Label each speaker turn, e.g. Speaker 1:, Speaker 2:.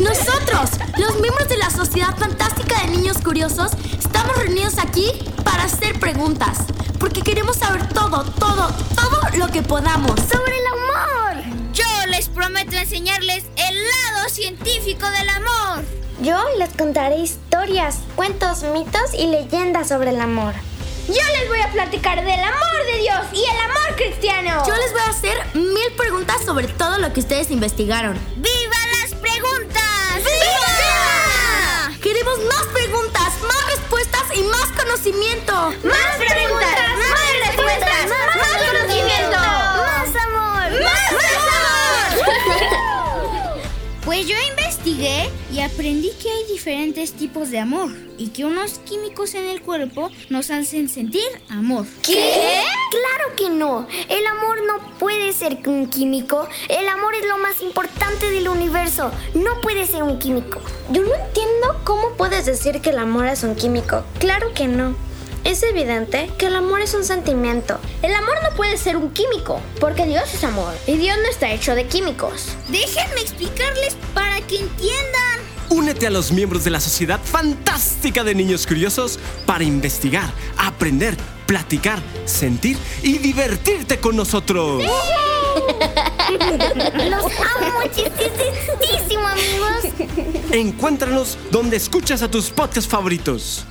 Speaker 1: Nosotros, los miembros de la Sociedad Fantástica de Niños Curiosos, estamos reunidos aquí para hacer preguntas, porque queremos saber todo, todo, todo lo que podamos.
Speaker 2: ¡Sobre el amor!
Speaker 3: Yo les prometo enseñarles el lado científico del amor.
Speaker 2: Yo les contaré historias, cuentos, mitos y leyendas sobre el amor.
Speaker 4: Yo les voy a platicar del amor de Dios y el amor cristiano.
Speaker 1: Yo les voy a hacer mil preguntas sobre todo lo que ustedes investigaron.
Speaker 3: ¡Viva las preguntas!
Speaker 1: ¡Viva! Queremos más preguntas, más respuestas y más conocimiento. ¡Más,
Speaker 4: preguntas, más respuestas, más, conocimiento!
Speaker 2: ¡Más amor!
Speaker 3: Pues yo investigué y aprendí que hay diferentes tipos de amor y que unos químicos en el cuerpo nos hacen sentir amor.
Speaker 4: ¿Qué?
Speaker 2: Claro que no. El amor no puede ser un químico. El amor es lo más importante del universo. No puede ser un químico. Yo no entiendo cómo puedes decir que el amor es un químico. Claro que no. Es evidente que el amor es un sentimiento.
Speaker 4: El amor no puede ser un químico, porque Dios es amor y Dios no está hecho de químicos.
Speaker 3: Déjenme explicarles para que entiendan.
Speaker 5: Únete a los miembros de la Sociedad Fantástica de Niños Curiosos para investigar, aprender, platicar, sentir y divertirte con nosotros.
Speaker 2: Los amo muchísimo, amigos.
Speaker 5: Encuéntranos donde escuchas a tus podcasts favoritos.